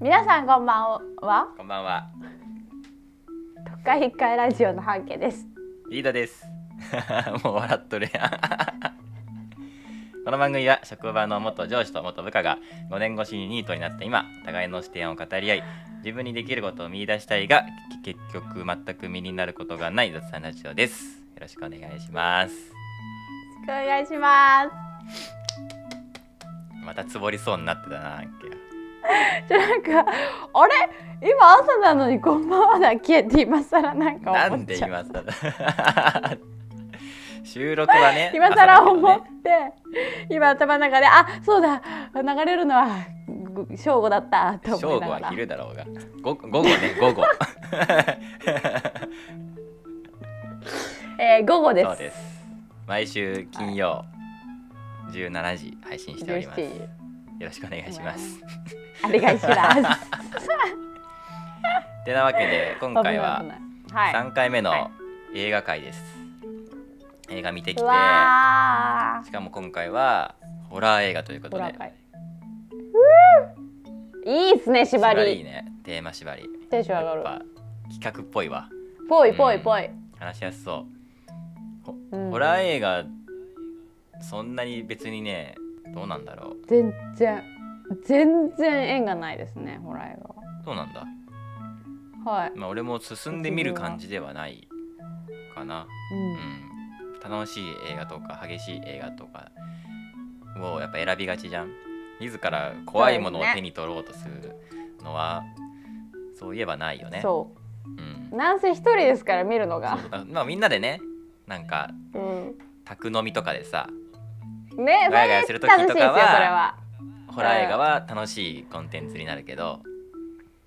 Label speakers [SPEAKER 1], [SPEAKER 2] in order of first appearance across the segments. [SPEAKER 1] 皆さんこんばんは
[SPEAKER 2] こんばんは、
[SPEAKER 1] 都会一回ラジオの半径です
[SPEAKER 2] リーダです。 もう笑っとるやん。 この番組は職場の元上司と元部下が5年越しにニートになった今、互いの視点を語り合い、自分にできることを見出したいが、け結局全く身になることがない雑談ラジオです。よろしくお願いします。
[SPEAKER 1] お願いしま
[SPEAKER 2] またつぼりそうになってたな、なんか
[SPEAKER 1] すじゃなんかあれ今朝なのにこんばんはだっけって今更なんか
[SPEAKER 2] な
[SPEAKER 1] 思
[SPEAKER 2] ん
[SPEAKER 1] っ
[SPEAKER 2] で
[SPEAKER 1] ちゃう
[SPEAKER 2] 今更 収録は ね、
[SPEAKER 1] 今更
[SPEAKER 2] 朝だけど
[SPEAKER 1] 思っ
[SPEAKER 2] ね
[SPEAKER 1] て、今頭の中であそうだ流れるのはぐ正午だったと思
[SPEAKER 2] 正
[SPEAKER 1] いな
[SPEAKER 2] 午
[SPEAKER 1] が
[SPEAKER 2] は
[SPEAKER 1] ら
[SPEAKER 2] 昼だろうが。午 午後ね、午後。
[SPEAKER 1] えー午後です
[SPEAKER 2] そうです。毎週金曜17時配信しております。よ
[SPEAKER 1] 17時
[SPEAKER 2] ろしくお願いします。
[SPEAKER 1] お願いします
[SPEAKER 2] てなわけ で 今回は
[SPEAKER 1] 危ない危ないはい
[SPEAKER 2] 3回目
[SPEAKER 1] はい
[SPEAKER 2] の映画会です。映画見てきて、
[SPEAKER 1] う
[SPEAKER 2] しか
[SPEAKER 1] わ
[SPEAKER 2] も今回はホラー映画というこ
[SPEAKER 1] ーホ
[SPEAKER 2] と
[SPEAKER 1] ラー。
[SPEAKER 2] で
[SPEAKER 1] 会うーいいっすね縛
[SPEAKER 2] 縛りいい
[SPEAKER 1] り
[SPEAKER 2] ね、テーマ縛り。
[SPEAKER 1] テンション上が
[SPEAKER 2] やっ
[SPEAKER 1] る
[SPEAKER 2] ぱ企画っぽいわ。
[SPEAKER 1] ぽいぽいぽい、
[SPEAKER 2] 話しやすそう。ほ
[SPEAKER 1] うん
[SPEAKER 2] ホラー映画そんなに別にねどうなんだろ
[SPEAKER 1] 全然全然縁がないですねホラー映
[SPEAKER 2] うどうなんだ
[SPEAKER 1] 画ははい、
[SPEAKER 2] まあ、俺も進んでみる感じではないかな、
[SPEAKER 1] うん
[SPEAKER 2] うん、楽しい映画とか激しい映画とかをやっぱ選びがちじゃん自ら怖いものを手に取ろうとするのはそういえばないよね
[SPEAKER 1] そ
[SPEAKER 2] うん
[SPEAKER 1] うなんせ一人ですから見るのが
[SPEAKER 2] そうだまあみんなでねなんか
[SPEAKER 1] うん
[SPEAKER 2] 宅飲みとかでさ
[SPEAKER 1] ね
[SPEAKER 2] ガヤガヤする時
[SPEAKER 1] 楽しい
[SPEAKER 2] とかは
[SPEAKER 1] ですよそれは、
[SPEAKER 2] ホラー映画は楽しいコンテンツになるけど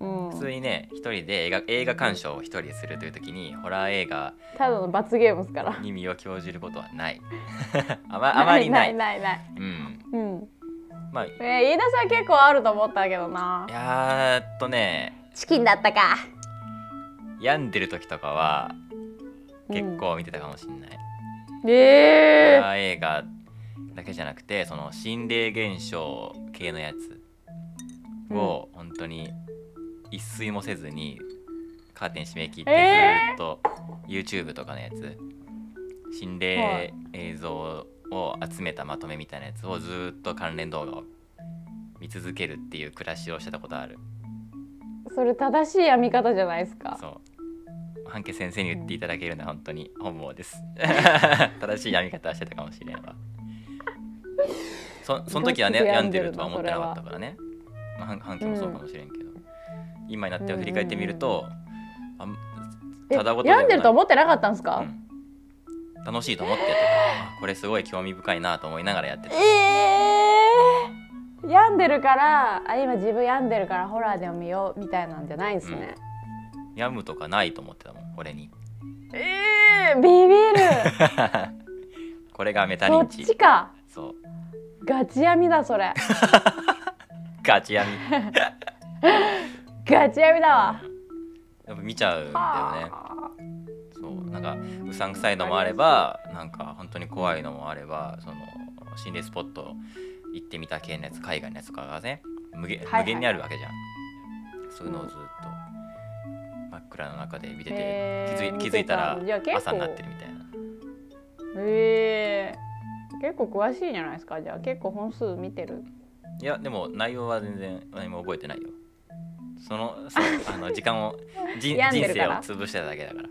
[SPEAKER 1] うん、
[SPEAKER 2] 普通にね一人で映画映画鑑賞を一人でするという時にホラー映画
[SPEAKER 1] ただの罰ゲームですから
[SPEAKER 2] に身を興じることはない あまあまりな い
[SPEAKER 1] ないない
[SPEAKER 2] うん
[SPEAKER 1] ないうん
[SPEAKER 2] まあい
[SPEAKER 1] えー、飯田さん結構あると思ったけどな
[SPEAKER 2] やーっとね
[SPEAKER 1] チキンだったか
[SPEAKER 2] 病んでる時とかは
[SPEAKER 1] うん
[SPEAKER 2] 結構見てたかもしんない、ホ
[SPEAKER 1] えー、
[SPEAKER 2] ラー映画だけじゃなくてその心霊現象系のやつを本当に一睡もせずにカーテン閉め切って
[SPEAKER 1] えー
[SPEAKER 2] ずっと YouTube とかのやつ心
[SPEAKER 1] は
[SPEAKER 2] 霊
[SPEAKER 1] い
[SPEAKER 2] 映像を集めたまとめみたいなやつをずっと関連動画を見続けるっていう暮らしをしてたことある
[SPEAKER 1] それ正しい編み方じゃないですか
[SPEAKER 2] そう半家先生に言っていただけるのは本当に本望です 正しいやみ方はしてたかもしれんわそその時はね
[SPEAKER 1] ガチで病
[SPEAKER 2] 病ん
[SPEAKER 1] ん
[SPEAKER 2] で
[SPEAKER 1] で
[SPEAKER 2] る
[SPEAKER 1] る
[SPEAKER 2] と
[SPEAKER 1] な
[SPEAKER 2] は思ってなかったからね、まあ、半半家もそうかもしれんけど、今になって振り返ってみると、あん
[SPEAKER 1] え
[SPEAKER 2] ただごとではな
[SPEAKER 1] 病
[SPEAKER 2] い
[SPEAKER 1] んでると思ってなかったんです
[SPEAKER 2] う
[SPEAKER 1] か、
[SPEAKER 2] ん楽しいと思ってやってたあこれすごい興味深いなと思いながらやってた
[SPEAKER 1] えー、病んでるからあ今自分病んでるからホラーでも見ようみたいなんじゃないんですね、
[SPEAKER 2] 病むとかないと思ってたもん俺に
[SPEAKER 1] えー、ビビる
[SPEAKER 2] これがメタ
[SPEAKER 1] そ
[SPEAKER 2] 認
[SPEAKER 1] っ
[SPEAKER 2] 知
[SPEAKER 1] ちか
[SPEAKER 2] そう
[SPEAKER 1] ガチ闇だそ れ
[SPEAKER 2] ガチ闇やっ
[SPEAKER 1] ガチ闇だわ
[SPEAKER 2] ぱ見ちゃうんだよね
[SPEAKER 1] あ
[SPEAKER 2] そうなんかうさんくさいのもあればなんか本当に怖いのもあればその心霊スポット行ってみた系のやつ海外のやつとかがね無限,、
[SPEAKER 1] はいはい
[SPEAKER 2] 無限にあるわけじゃんそういうのをずっと真っ暗の中で見てて、
[SPEAKER 1] へー
[SPEAKER 2] 気づい気づいたら
[SPEAKER 1] 見てたんだじゃあ結構
[SPEAKER 2] 朝になってるみたいな
[SPEAKER 1] ーえー、結構詳しいじゃないですかじゃあ結構本数見てる
[SPEAKER 2] いやでも内容は全然何も覚えてないよその そうあの時間を人人
[SPEAKER 1] 病んで
[SPEAKER 2] 生
[SPEAKER 1] る
[SPEAKER 2] を
[SPEAKER 1] から
[SPEAKER 2] 潰してただけだか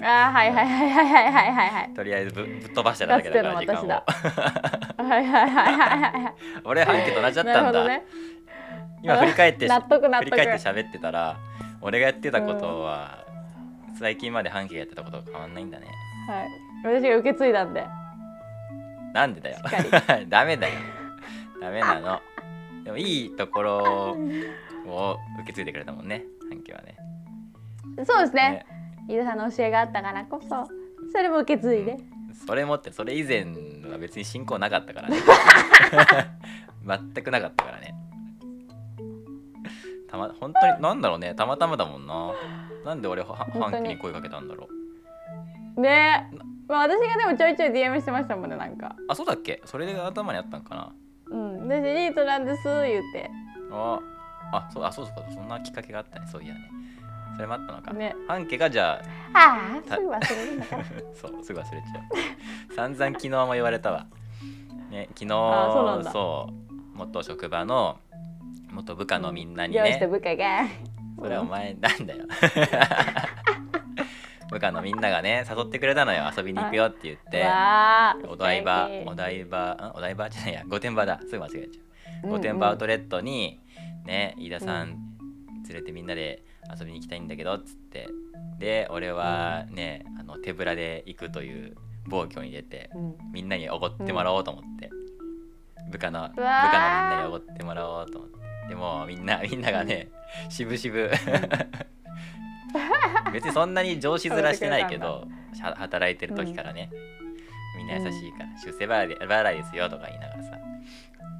[SPEAKER 2] ら
[SPEAKER 1] あーはいはいはいはいはいはいはいはい
[SPEAKER 2] とりあえずぶぶっ飛ばしてただけだから時
[SPEAKER 1] 出して
[SPEAKER 2] 間を
[SPEAKER 1] んの私はいはいはいはい はいはい
[SPEAKER 2] 俺半径と同じだったんだ
[SPEAKER 1] なるほどね
[SPEAKER 2] 今振り返って
[SPEAKER 1] 納得納得
[SPEAKER 2] 振り返って喋ってたら俺がやってたことは、最近まで半径がやってたことは変わんないんだね
[SPEAKER 1] はい私が受け継いだんで
[SPEAKER 2] なんでだよ
[SPEAKER 1] しっ
[SPEAKER 2] ダメだよダメなのでもいいところを受け継いでくれたもんね半径はね
[SPEAKER 1] そうですね
[SPEAKER 2] ね
[SPEAKER 1] 飯田さんの教えがあったからこそそれも受け継いで
[SPEAKER 2] それもってそれ以前は別に進行なかっ たからね全くなかったからねたま本当になんだろうねたまたまだもんななんで俺は半
[SPEAKER 1] 本当
[SPEAKER 2] 径
[SPEAKER 1] に
[SPEAKER 2] に声かけたんだろう
[SPEAKER 1] ねまあ私がでもちょいちょい DM してましたもんねなんか
[SPEAKER 2] あそうだっけそれが頭にあったんかな
[SPEAKER 1] 「うん私ニートなんです」言うて
[SPEAKER 2] ああそうあそうそうそんなきっかけがあったねそういやねそれもあったのか、
[SPEAKER 1] ね
[SPEAKER 2] 半家がじゃあ
[SPEAKER 1] ああすぐ忘れるんだから
[SPEAKER 2] そうすぐ忘れちゃう散々昨日も言われたわ、ね、昨日
[SPEAKER 1] あそうなんだ
[SPEAKER 2] そう元職場の元部下のみんなに
[SPEAKER 1] 上司と
[SPEAKER 2] ね
[SPEAKER 1] 部下が
[SPEAKER 2] それお前なん だよ部下のみんながね誘ってくれたのよ遊びに行くよって言って
[SPEAKER 1] わあ
[SPEAKER 2] お台場
[SPEAKER 1] 素敵
[SPEAKER 2] お台場んお台場じゃないや御殿場だすぐ間違えちゃう
[SPEAKER 1] うんう
[SPEAKER 2] 御
[SPEAKER 1] ん
[SPEAKER 2] 殿場アウトレットにね飯田さん連れてみんなで遊びに行きたいんだけどっつってで俺はねあの手ぶらで行くという暴挙に出て
[SPEAKER 1] うん
[SPEAKER 2] みんなにおごってもらおうと思って、部下の部下のみん
[SPEAKER 1] わー
[SPEAKER 2] なにおごってもらおうと思ってでもみんな みんながね渋々 別にそんなに上司面してないけどは働いてる時からね、みんな優しいから出世払いで払いですよとか言いながらさ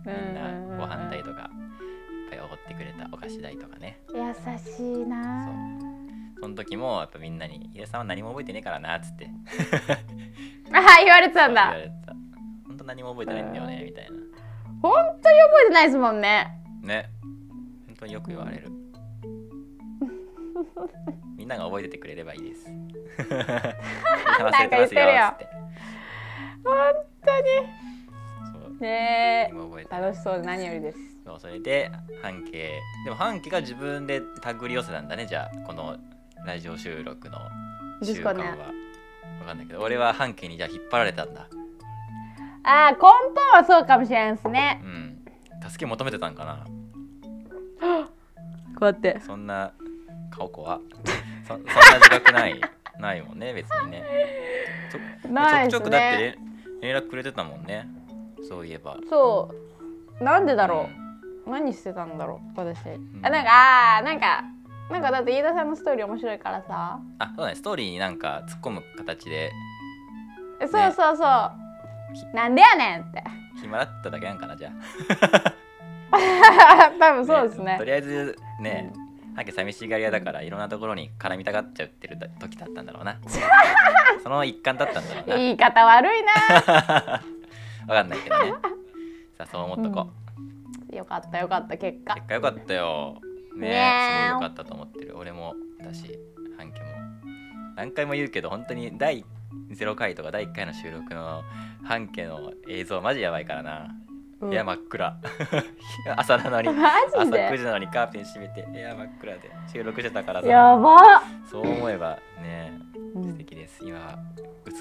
[SPEAKER 2] みんなご飯代とかいっぱいおごってくれたお菓子代とかね
[SPEAKER 1] 優しいな
[SPEAKER 2] その時もやっぱみんなに「家さんは何も覚えてねえからな」っつって
[SPEAKER 1] ああ言われてたんだ
[SPEAKER 2] 言われた「本当何も覚えてないんだよね」みたいな
[SPEAKER 1] 本当に覚えてないですもんね
[SPEAKER 2] ね本当によく言われるみんなが覚えててくれればいいです 忘れてますよ
[SPEAKER 1] な
[SPEAKER 2] っつ
[SPEAKER 1] んか言っ
[SPEAKER 2] ってて
[SPEAKER 1] 本当に
[SPEAKER 2] そう
[SPEAKER 1] ね
[SPEAKER 2] 今覚えて
[SPEAKER 1] え楽しそうで何よりです
[SPEAKER 2] そうそれで半径でも半径が自分で手繰り寄せたんだねじゃあこのラジオ収録の習慣は、
[SPEAKER 1] ディスコ
[SPEAKER 2] 分かんないけど俺は半径にじゃあ引っ張られたんだ
[SPEAKER 1] ああ根本はそうかもしれないですね
[SPEAKER 2] うん助け求めてたんかな
[SPEAKER 1] こうやって
[SPEAKER 2] そんな顔子はそそんな自覚ないないもんね別にねちょ
[SPEAKER 1] ないっすね
[SPEAKER 2] ちょくちょくだって連連絡くれてたもんねそういえば
[SPEAKER 1] そうなんでだろ
[SPEAKER 2] ん
[SPEAKER 1] う何してたんだろう私
[SPEAKER 2] ん
[SPEAKER 1] あなんかあーなんかなんかだって飯田さんのストーリー面白いからさ
[SPEAKER 2] あそうだねストーリーになんか突っ込む形で
[SPEAKER 1] えそうそうそうなんでやねんって
[SPEAKER 2] 暇だっただけなんかなじゃあ
[SPEAKER 1] 多分そうです
[SPEAKER 2] と
[SPEAKER 1] ね
[SPEAKER 2] りあえずね、半径寂しがり屋だからいろんなところに絡みたがっちゃってる時だったんだろ うなその一環だったんだろうな
[SPEAKER 1] 言い方悪いな
[SPEAKER 2] 分かんないけどねさあそう思っとこう、
[SPEAKER 1] うんよかったよかった結果
[SPEAKER 2] 結果良かったよ。ね
[SPEAKER 1] ねえ
[SPEAKER 2] すごい良かったと思ってる。俺もだし、半家も。何回も言うけど、本当に第0回とか第1回の収録の半家の映像、マジやばいからな。
[SPEAKER 1] うん
[SPEAKER 2] 部屋真っ暗。 朝なのに、
[SPEAKER 1] マ
[SPEAKER 2] 朝
[SPEAKER 1] ジ
[SPEAKER 2] 9
[SPEAKER 1] で
[SPEAKER 2] 時なのにカーテン閉めて、部屋真っ暗で収録してたからさ。
[SPEAKER 1] やばっ、
[SPEAKER 2] そう思えばね、
[SPEAKER 1] う
[SPEAKER 2] 素
[SPEAKER 1] ん
[SPEAKER 2] 敵です。今は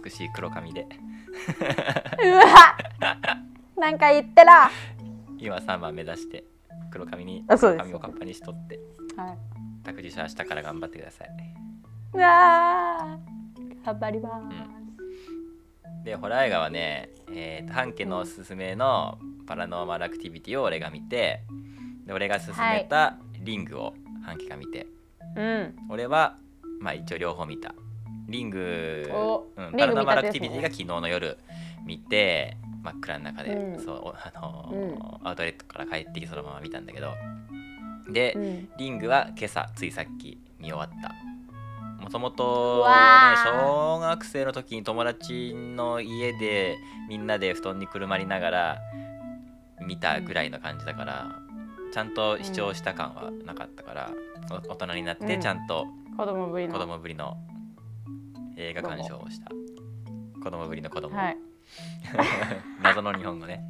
[SPEAKER 2] 美しい黒髪で。
[SPEAKER 1] うわなんか言ってら
[SPEAKER 2] 今3番目指して、黒髪に、
[SPEAKER 1] あそう
[SPEAKER 2] 黒
[SPEAKER 1] です
[SPEAKER 2] 髪をカッパにしとって、
[SPEAKER 1] はい
[SPEAKER 2] 託児所明日から頑張ってください。
[SPEAKER 1] うわー頑張ります、
[SPEAKER 2] でホラー映画はね、えーと半家のおすすめのパラノーマルアクティビティを俺が見てで俺が勧めたリングを半家が見て、
[SPEAKER 1] うん
[SPEAKER 2] 俺はまあ一応両方見たリング、
[SPEAKER 1] お
[SPEAKER 2] うん、
[SPEAKER 1] リ
[SPEAKER 2] パ
[SPEAKER 1] ン
[SPEAKER 2] ラ
[SPEAKER 1] グ
[SPEAKER 2] ノ
[SPEAKER 1] 見
[SPEAKER 2] ー
[SPEAKER 1] た
[SPEAKER 2] マ
[SPEAKER 1] やつですね
[SPEAKER 2] ルアクティビティが昨日の夜見て真っ暗の中で、
[SPEAKER 1] うん
[SPEAKER 2] そうあのーアウトレットから帰ってきてそのまま見たんだけどで、
[SPEAKER 1] うん
[SPEAKER 2] リングは今朝ついさっき見終わったもともと
[SPEAKER 1] わあ
[SPEAKER 2] 小学生の時に友達の家でみんなで布団にくるまりながら見たぐらいの感じだからちゃんと視聴した感はなかったから、お大人になっ
[SPEAKER 1] う
[SPEAKER 2] て
[SPEAKER 1] ん
[SPEAKER 2] ちゃんと
[SPEAKER 1] 子供ぶりの
[SPEAKER 2] 子供ぶりの映画鑑賞をした子供ぶりの子供、
[SPEAKER 1] はい
[SPEAKER 2] 謎の日本語ね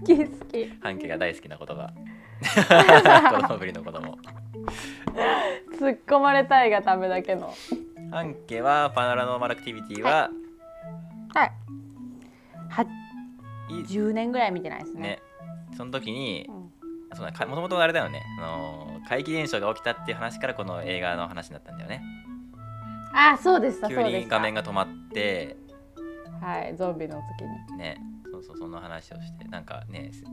[SPEAKER 1] 好き好き
[SPEAKER 2] 半径が大好きな言 葉 子供ぶりの子供
[SPEAKER 1] 突っ込まれたいがためだけの
[SPEAKER 2] 半家はパラノーマルアクティビティは、、
[SPEAKER 1] はいはい
[SPEAKER 2] い
[SPEAKER 1] 10年ぐらい見てないですね
[SPEAKER 2] ねその時に
[SPEAKER 1] うん
[SPEAKER 2] そうだかもともとあれだよね、あのー怪奇現象が起きたっていう話からこの映画の話になったんだよね
[SPEAKER 1] あそうでした
[SPEAKER 2] 急
[SPEAKER 1] そうで
[SPEAKER 2] に
[SPEAKER 1] した
[SPEAKER 2] 画面が止まって
[SPEAKER 1] はいゾンビの時に
[SPEAKER 2] ねそうそうその話をしてなんかねせ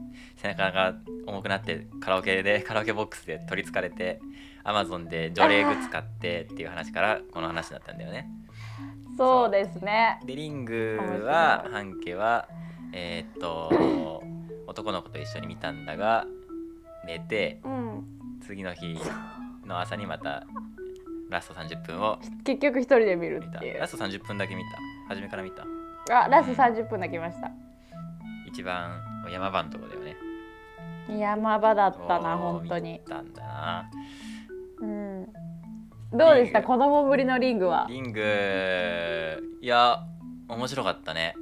[SPEAKER 2] 背中が重くなってカラオケで カラオケボックスで取りつかれてアマゾンで除霊グッズ買ってっていう話からこの話だったんだよね
[SPEAKER 1] そうですね
[SPEAKER 2] でリング
[SPEAKER 1] 面白
[SPEAKER 2] はい半家はえーっと男の子と一緒に見たんだが寝て
[SPEAKER 1] うん
[SPEAKER 2] 次の日の朝にまたラスト30分を
[SPEAKER 1] 結局一人で見る
[SPEAKER 2] 見
[SPEAKER 1] ったてい
[SPEAKER 2] ラ
[SPEAKER 1] う
[SPEAKER 2] スト30分だけ見た初めから見た
[SPEAKER 1] あラスト30分だけ見ました
[SPEAKER 2] 一番山場のとこだよね
[SPEAKER 1] 山場だったな
[SPEAKER 2] おー
[SPEAKER 1] 本当に
[SPEAKER 2] 見たんだな
[SPEAKER 1] うんどうでした
[SPEAKER 2] リング
[SPEAKER 1] 子供ぶりのリングは
[SPEAKER 2] リングいや面白かったね,、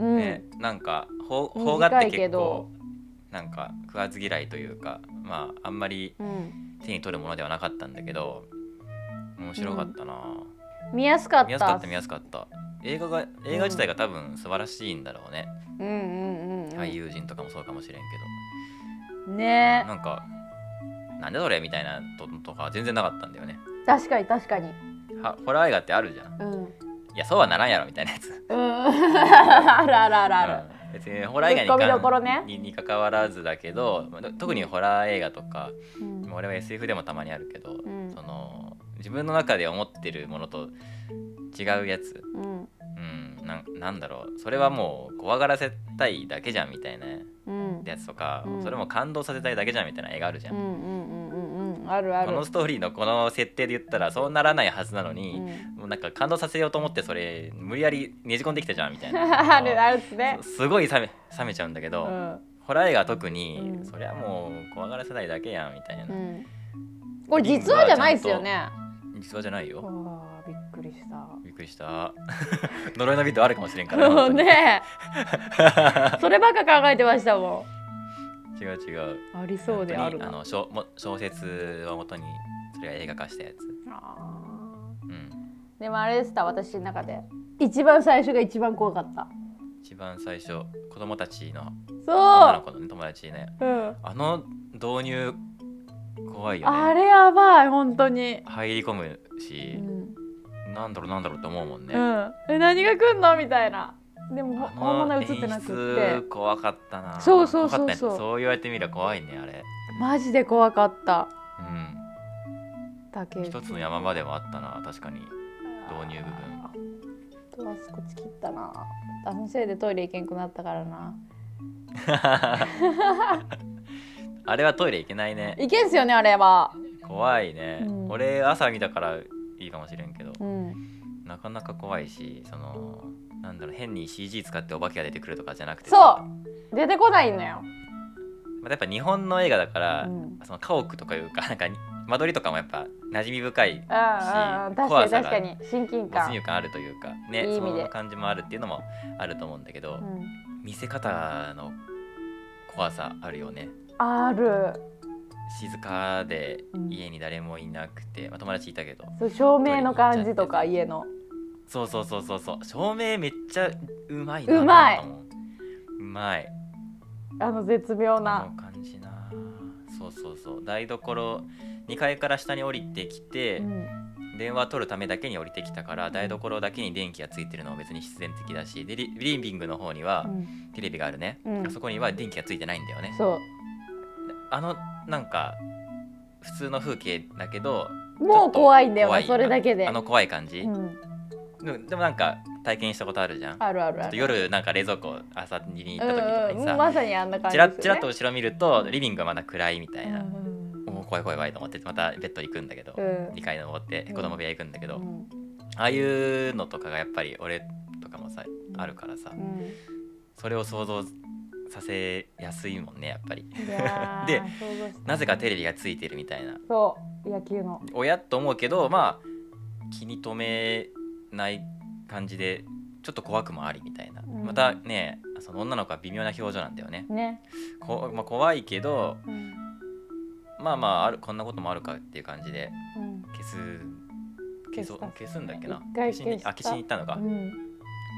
[SPEAKER 1] うん、
[SPEAKER 2] ねなんかほう邦画っ
[SPEAKER 1] 短
[SPEAKER 2] て
[SPEAKER 1] いけ
[SPEAKER 2] 結
[SPEAKER 1] ど
[SPEAKER 2] 構なんか食わず嫌いというかまああんまり
[SPEAKER 1] うん、
[SPEAKER 2] 手に取るものではなかったんだけど面白かったな、
[SPEAKER 1] 見やすかった
[SPEAKER 2] 見やすかった見やすかった映画が映画自体が多分素晴らしいんだろうね、
[SPEAKER 1] うんうんうん、うん、
[SPEAKER 2] 俳優陣とかもそうかもしれんけど
[SPEAKER 1] ね
[SPEAKER 2] なんかなんでそれみたいなととかは全然なかったんだよね
[SPEAKER 1] 確かに確かに
[SPEAKER 2] はホラー映画ってあるじゃん
[SPEAKER 1] うん、 うん、
[SPEAKER 2] いやそうはならんやろみたいなやつ
[SPEAKER 1] あるあるあるある、
[SPEAKER 2] うん別にホラー映画にか
[SPEAKER 1] ツッ
[SPEAKER 2] ん
[SPEAKER 1] コミどころね
[SPEAKER 2] にに関わらずだけどまあと特にホラー映画とか
[SPEAKER 1] うん
[SPEAKER 2] 俺は SF でもたまにあるけど、
[SPEAKER 1] ん
[SPEAKER 2] その自分の中で思ってるものと違うやつ、
[SPEAKER 1] うん
[SPEAKER 2] うん、なんなんだろうそれはもう怖がらせたいだけじゃんみたいな
[SPEAKER 1] うん
[SPEAKER 2] やつとか、
[SPEAKER 1] うん
[SPEAKER 2] それも感動させたいだけじゃんみたいな映画あるじゃ
[SPEAKER 1] うん
[SPEAKER 2] ん、
[SPEAKER 1] うんうんうんうんあるあ
[SPEAKER 2] こ
[SPEAKER 1] る
[SPEAKER 2] のストーリーのこの設定で言ったらそうならないはずなのに、
[SPEAKER 1] うん
[SPEAKER 2] もうなんか感動させようと思ってそれ無理やりねじ込んできたじゃんみたいな
[SPEAKER 1] あるあるっすね
[SPEAKER 2] すすごい冷め冷めちゃうんだけ
[SPEAKER 1] う
[SPEAKER 2] ど、
[SPEAKER 1] ん
[SPEAKER 2] ホラー映画は特に、
[SPEAKER 1] うん
[SPEAKER 2] そりゃもう怖がらせないだけやんみたいな、
[SPEAKER 1] うんこれ実話じゃないっすよね
[SPEAKER 2] 実話じゃないよ、
[SPEAKER 1] あーびっくりした
[SPEAKER 2] びっくりした 呪いのビデオあるかもしれんから
[SPEAKER 1] も
[SPEAKER 2] 本
[SPEAKER 1] う
[SPEAKER 2] 当に
[SPEAKER 1] ね そればっか考えてましたも
[SPEAKER 2] 違う違うん
[SPEAKER 1] ありそうであ
[SPEAKER 2] 本
[SPEAKER 1] る
[SPEAKER 2] 当にあ
[SPEAKER 1] な
[SPEAKER 2] の小も小説をもとにそれが映画化したやつ、
[SPEAKER 1] あ
[SPEAKER 2] うん、
[SPEAKER 1] ーでもあれでした私の中で一番最初が一番怖かった
[SPEAKER 2] 一番最初子供たちの女の
[SPEAKER 1] そ
[SPEAKER 2] 子の、ね、友達ね
[SPEAKER 1] う、うん、
[SPEAKER 2] あの導入怖いよね
[SPEAKER 1] あれやばい本当に、
[SPEAKER 2] 入り込む
[SPEAKER 1] う
[SPEAKER 2] し、
[SPEAKER 1] ん
[SPEAKER 2] なんだろうなんだろうって思うもんね、
[SPEAKER 1] うん、え何が来んのみたいなでもほ本
[SPEAKER 2] あ
[SPEAKER 1] 物
[SPEAKER 2] の
[SPEAKER 1] 映ってなくって
[SPEAKER 2] 演出怖かったな
[SPEAKER 1] そうそうそうそう
[SPEAKER 2] 怖かったねそう言われてみれば怖いねあれ
[SPEAKER 1] マジで怖かった
[SPEAKER 2] うん
[SPEAKER 1] だけど
[SPEAKER 2] 一つの山場でもあったな確 かに導入部分
[SPEAKER 1] ドアスコチ切ったなあのせいでトイレ行けんくなったからな
[SPEAKER 2] あれはトイレ行けないね
[SPEAKER 1] 行けんすよねあれは
[SPEAKER 2] 怖いね、
[SPEAKER 1] うん
[SPEAKER 2] 俺朝見たからいいかもしれんけど
[SPEAKER 1] うん
[SPEAKER 2] なかなか怖いしそのなんだろう変に CG 使ってお化けが出てくるとかじゃなくて
[SPEAKER 1] そ
[SPEAKER 2] ま
[SPEAKER 1] う出てこないのよ
[SPEAKER 2] たやっぱ日本の映画だから、
[SPEAKER 1] うん
[SPEAKER 2] その家屋とかいうかなんか間取りとかもやっぱ馴染み深い
[SPEAKER 1] うんうん確か
[SPEAKER 2] 怖
[SPEAKER 1] に
[SPEAKER 2] さが
[SPEAKER 1] 確かに親近
[SPEAKER 2] 没入
[SPEAKER 1] 感
[SPEAKER 2] 感あるというかね
[SPEAKER 1] いい意味
[SPEAKER 2] そ
[SPEAKER 1] で
[SPEAKER 2] の感じもあるっていうのもあると思うんだけ
[SPEAKER 1] う
[SPEAKER 2] ど、
[SPEAKER 1] ん
[SPEAKER 2] 見せ方の怖さあるよね
[SPEAKER 1] ある
[SPEAKER 2] 静かで
[SPEAKER 1] うん
[SPEAKER 2] 家に誰もいなくて、まあ、友達いたけど
[SPEAKER 1] そう照明の感じとか
[SPEAKER 2] トイ
[SPEAKER 1] 家の
[SPEAKER 2] そうそうそうそうそう照明めっちゃうまいな
[SPEAKER 1] うまい
[SPEAKER 2] と思ったもんうまい
[SPEAKER 1] あの絶妙
[SPEAKER 2] あ
[SPEAKER 1] な
[SPEAKER 2] の感じなそうそうそう台所2階から下に降りてきて、
[SPEAKER 1] うん
[SPEAKER 2] 電話取るためだけに降りてきたから台所だけに電気がついてるのは別に必然的だしでリリビングの方には
[SPEAKER 1] うん
[SPEAKER 2] テレビがあるね、
[SPEAKER 1] うん
[SPEAKER 2] あそこには電気がついてないんだよね
[SPEAKER 1] そ
[SPEAKER 2] あのなんか普通の風景だけど
[SPEAKER 1] うもう怖いんだよ
[SPEAKER 2] 怖
[SPEAKER 1] なそれだけで
[SPEAKER 2] あの怖い感じ、
[SPEAKER 1] うん
[SPEAKER 2] うんでもなんか体験したことあるじゃん
[SPEAKER 1] あるある
[SPEAKER 2] ちょ
[SPEAKER 1] あ
[SPEAKER 2] っと
[SPEAKER 1] る
[SPEAKER 2] 夜なんか冷蔵庫朝にに行
[SPEAKER 1] う
[SPEAKER 2] った時と
[SPEAKER 1] ん
[SPEAKER 2] かに
[SPEAKER 1] うんも
[SPEAKER 2] さ、
[SPEAKER 1] うまさにあんな感
[SPEAKER 2] チ
[SPEAKER 1] じ
[SPEAKER 2] ラ
[SPEAKER 1] です
[SPEAKER 2] ッチラッ
[SPEAKER 1] よ
[SPEAKER 2] と
[SPEAKER 1] ね
[SPEAKER 2] 後ろ見るとリビングがまだ暗いみたいな、
[SPEAKER 1] うん
[SPEAKER 2] おお怖い怖い怖いと思ってまたベッド行くんだけど、
[SPEAKER 1] うん
[SPEAKER 2] 2階登って
[SPEAKER 1] うん
[SPEAKER 2] 子供部屋行くんだけど、
[SPEAKER 1] う
[SPEAKER 2] あ
[SPEAKER 1] ん
[SPEAKER 2] あいうのとかがやっぱり俺とかもさあるからさ
[SPEAKER 1] うん
[SPEAKER 2] それを想像させやすいもんねやっぱり
[SPEAKER 1] いやー
[SPEAKER 2] で
[SPEAKER 1] 想像した
[SPEAKER 2] なぜかテレビがついてるみたいな
[SPEAKER 1] そう野球の
[SPEAKER 2] 親と思うけどまあ気に留めない感じでちょっと怖くもありみたいな、
[SPEAKER 1] うん
[SPEAKER 2] またねその女の子は微妙な表情なんだよね
[SPEAKER 1] ね、
[SPEAKER 2] こ、まあ、怖いけど
[SPEAKER 1] うん
[SPEAKER 2] まあまああるこんなこともあるかっていう感じで
[SPEAKER 1] うん
[SPEAKER 2] 消す消そう消すんだっけな
[SPEAKER 1] 一回
[SPEAKER 2] 消し
[SPEAKER 1] 消
[SPEAKER 2] に
[SPEAKER 1] した
[SPEAKER 2] あ消しに行ったのか、
[SPEAKER 1] うん、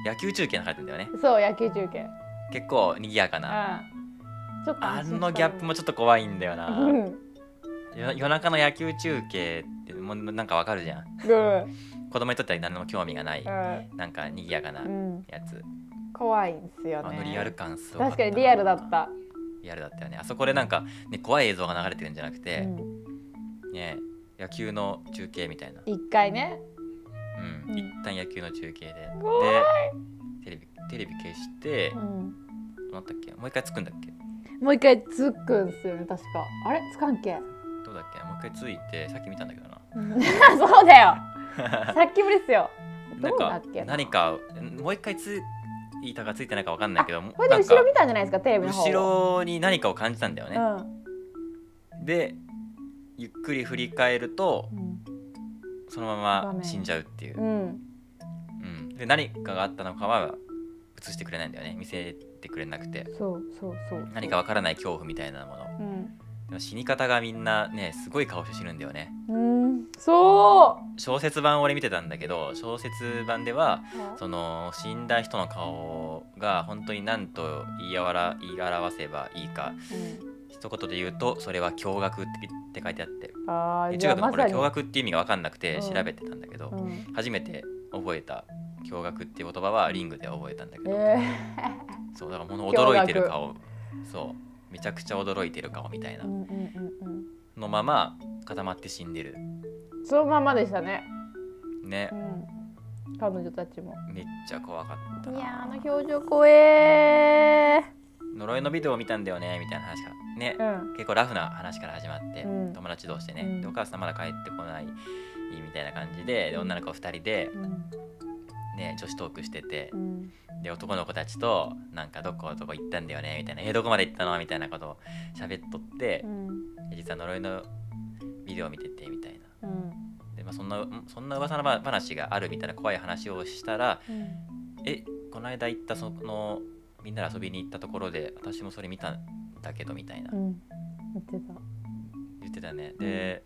[SPEAKER 2] 野球中継流れてんだよね
[SPEAKER 1] そう野球中継うん
[SPEAKER 2] 結構賑やかな
[SPEAKER 1] ちょっと
[SPEAKER 2] あ
[SPEAKER 1] 安心した
[SPEAKER 2] のギャップもちょっと怖いんだよな、
[SPEAKER 1] うんうん
[SPEAKER 2] 夜夜中の野球中継ってもうなんかわかるじゃん
[SPEAKER 1] うん
[SPEAKER 2] 子供にとっては何も興味がない、
[SPEAKER 1] うん
[SPEAKER 2] なんか賑やかな
[SPEAKER 1] うん
[SPEAKER 2] やつ、
[SPEAKER 1] 怖いんですよね
[SPEAKER 2] あのリアル感すごかった
[SPEAKER 1] 確
[SPEAKER 2] な
[SPEAKER 1] かにリアルだった、
[SPEAKER 2] リアルだったよねあそこでなんか、ね、怖い映像が流れてるんじゃなくて、
[SPEAKER 1] うん
[SPEAKER 2] ね野球の中継みたいな、
[SPEAKER 1] 一回ね
[SPEAKER 2] うん
[SPEAKER 1] うん
[SPEAKER 2] 一旦野球の中継でで
[SPEAKER 1] 怖
[SPEAKER 2] テレビテレビ消して、
[SPEAKER 1] うん
[SPEAKER 2] どうなったっけもう一回つくんだっけ
[SPEAKER 1] もう一回つっくんすよね確かあれつかんけ
[SPEAKER 2] どうだっけもう一回ついてさっき見たんだけどな
[SPEAKER 1] そう だよさっきぶりっすよど
[SPEAKER 2] なん
[SPEAKER 1] うだ
[SPEAKER 2] か
[SPEAKER 1] っけな
[SPEAKER 2] 何かもう一回つ板がついてないかわかんないけども
[SPEAKER 1] これで
[SPEAKER 2] なん
[SPEAKER 1] 後
[SPEAKER 2] か
[SPEAKER 1] ろ見たんじゃないですかテレビの方を
[SPEAKER 2] 後ろに何かを感じたんだよね、
[SPEAKER 1] うん
[SPEAKER 2] でゆっくり振り返ると
[SPEAKER 1] うん
[SPEAKER 2] その
[SPEAKER 1] 画
[SPEAKER 2] まま
[SPEAKER 1] 面
[SPEAKER 2] 死んじゃうっていう、
[SPEAKER 1] うん
[SPEAKER 2] うんで何かがあったのかは映してくれないんだよね見せてくれなくて
[SPEAKER 1] そうそうそう
[SPEAKER 2] 何かわからない恐怖みたいなもの
[SPEAKER 1] うん
[SPEAKER 2] でも死に方がみんなねすごい顔して死ぬんだよね
[SPEAKER 1] うんそ
[SPEAKER 2] 小説版俺見てたんだけど小説版では
[SPEAKER 1] う
[SPEAKER 2] その死んだ人の顔が本当に何と言いわら言い表せばいいか
[SPEAKER 1] うん
[SPEAKER 2] 一言で言うとそれは驚愕ってって書いてあって
[SPEAKER 1] あー
[SPEAKER 2] で
[SPEAKER 1] じ
[SPEAKER 2] 中
[SPEAKER 1] ゃあ
[SPEAKER 2] 学の
[SPEAKER 1] まさ
[SPEAKER 2] 頃は
[SPEAKER 1] に
[SPEAKER 2] 驚愕っていう意味が分かんなくて
[SPEAKER 1] うん
[SPEAKER 2] 調べてたんだけど、
[SPEAKER 1] うん
[SPEAKER 2] 初めて覚えた驚愕っていう言葉はリングで覚えたんだけど、
[SPEAKER 1] え
[SPEAKER 2] そうだからもの驚いてる
[SPEAKER 1] 驚愕
[SPEAKER 2] 顔そうめちゃくちゃ驚いてる顔みたい
[SPEAKER 1] え
[SPEAKER 2] な
[SPEAKER 1] うんうんうん
[SPEAKER 2] のまま固まって死んでる
[SPEAKER 1] うんそのままでしたね
[SPEAKER 2] ね
[SPEAKER 1] うん彼女たちも
[SPEAKER 2] めっちゃ怖かった
[SPEAKER 1] い
[SPEAKER 2] な
[SPEAKER 1] やーあの表情怖え
[SPEAKER 2] 呪いのビデオを見たんだよねみたいな話がね
[SPEAKER 1] ーうん
[SPEAKER 2] 結構ラフな話から始まって、
[SPEAKER 1] うん
[SPEAKER 2] 友達同士でね、
[SPEAKER 1] うん
[SPEAKER 2] でお母さんまだ帰ってこないみたいな感じでで女の子2人で、
[SPEAKER 1] うん
[SPEAKER 2] ね、女子トークしてて
[SPEAKER 1] う、ん
[SPEAKER 2] で男の子たちとなんかどこどこ行ったんだよねみたいなえどこまで行ったのみたいなことを喋っとって
[SPEAKER 1] う、ん
[SPEAKER 2] で実は呪いのビデオを見ててみたいな
[SPEAKER 1] うん
[SPEAKER 2] で、まあ、そんなんそんな噂のば話があるみたいな怖い話をしたら
[SPEAKER 1] うん
[SPEAKER 2] えこの間行ったそのみんなで遊びに行ったところで私もそれ見たんだけどみたいな
[SPEAKER 1] うん言ってた
[SPEAKER 2] 言ってたねで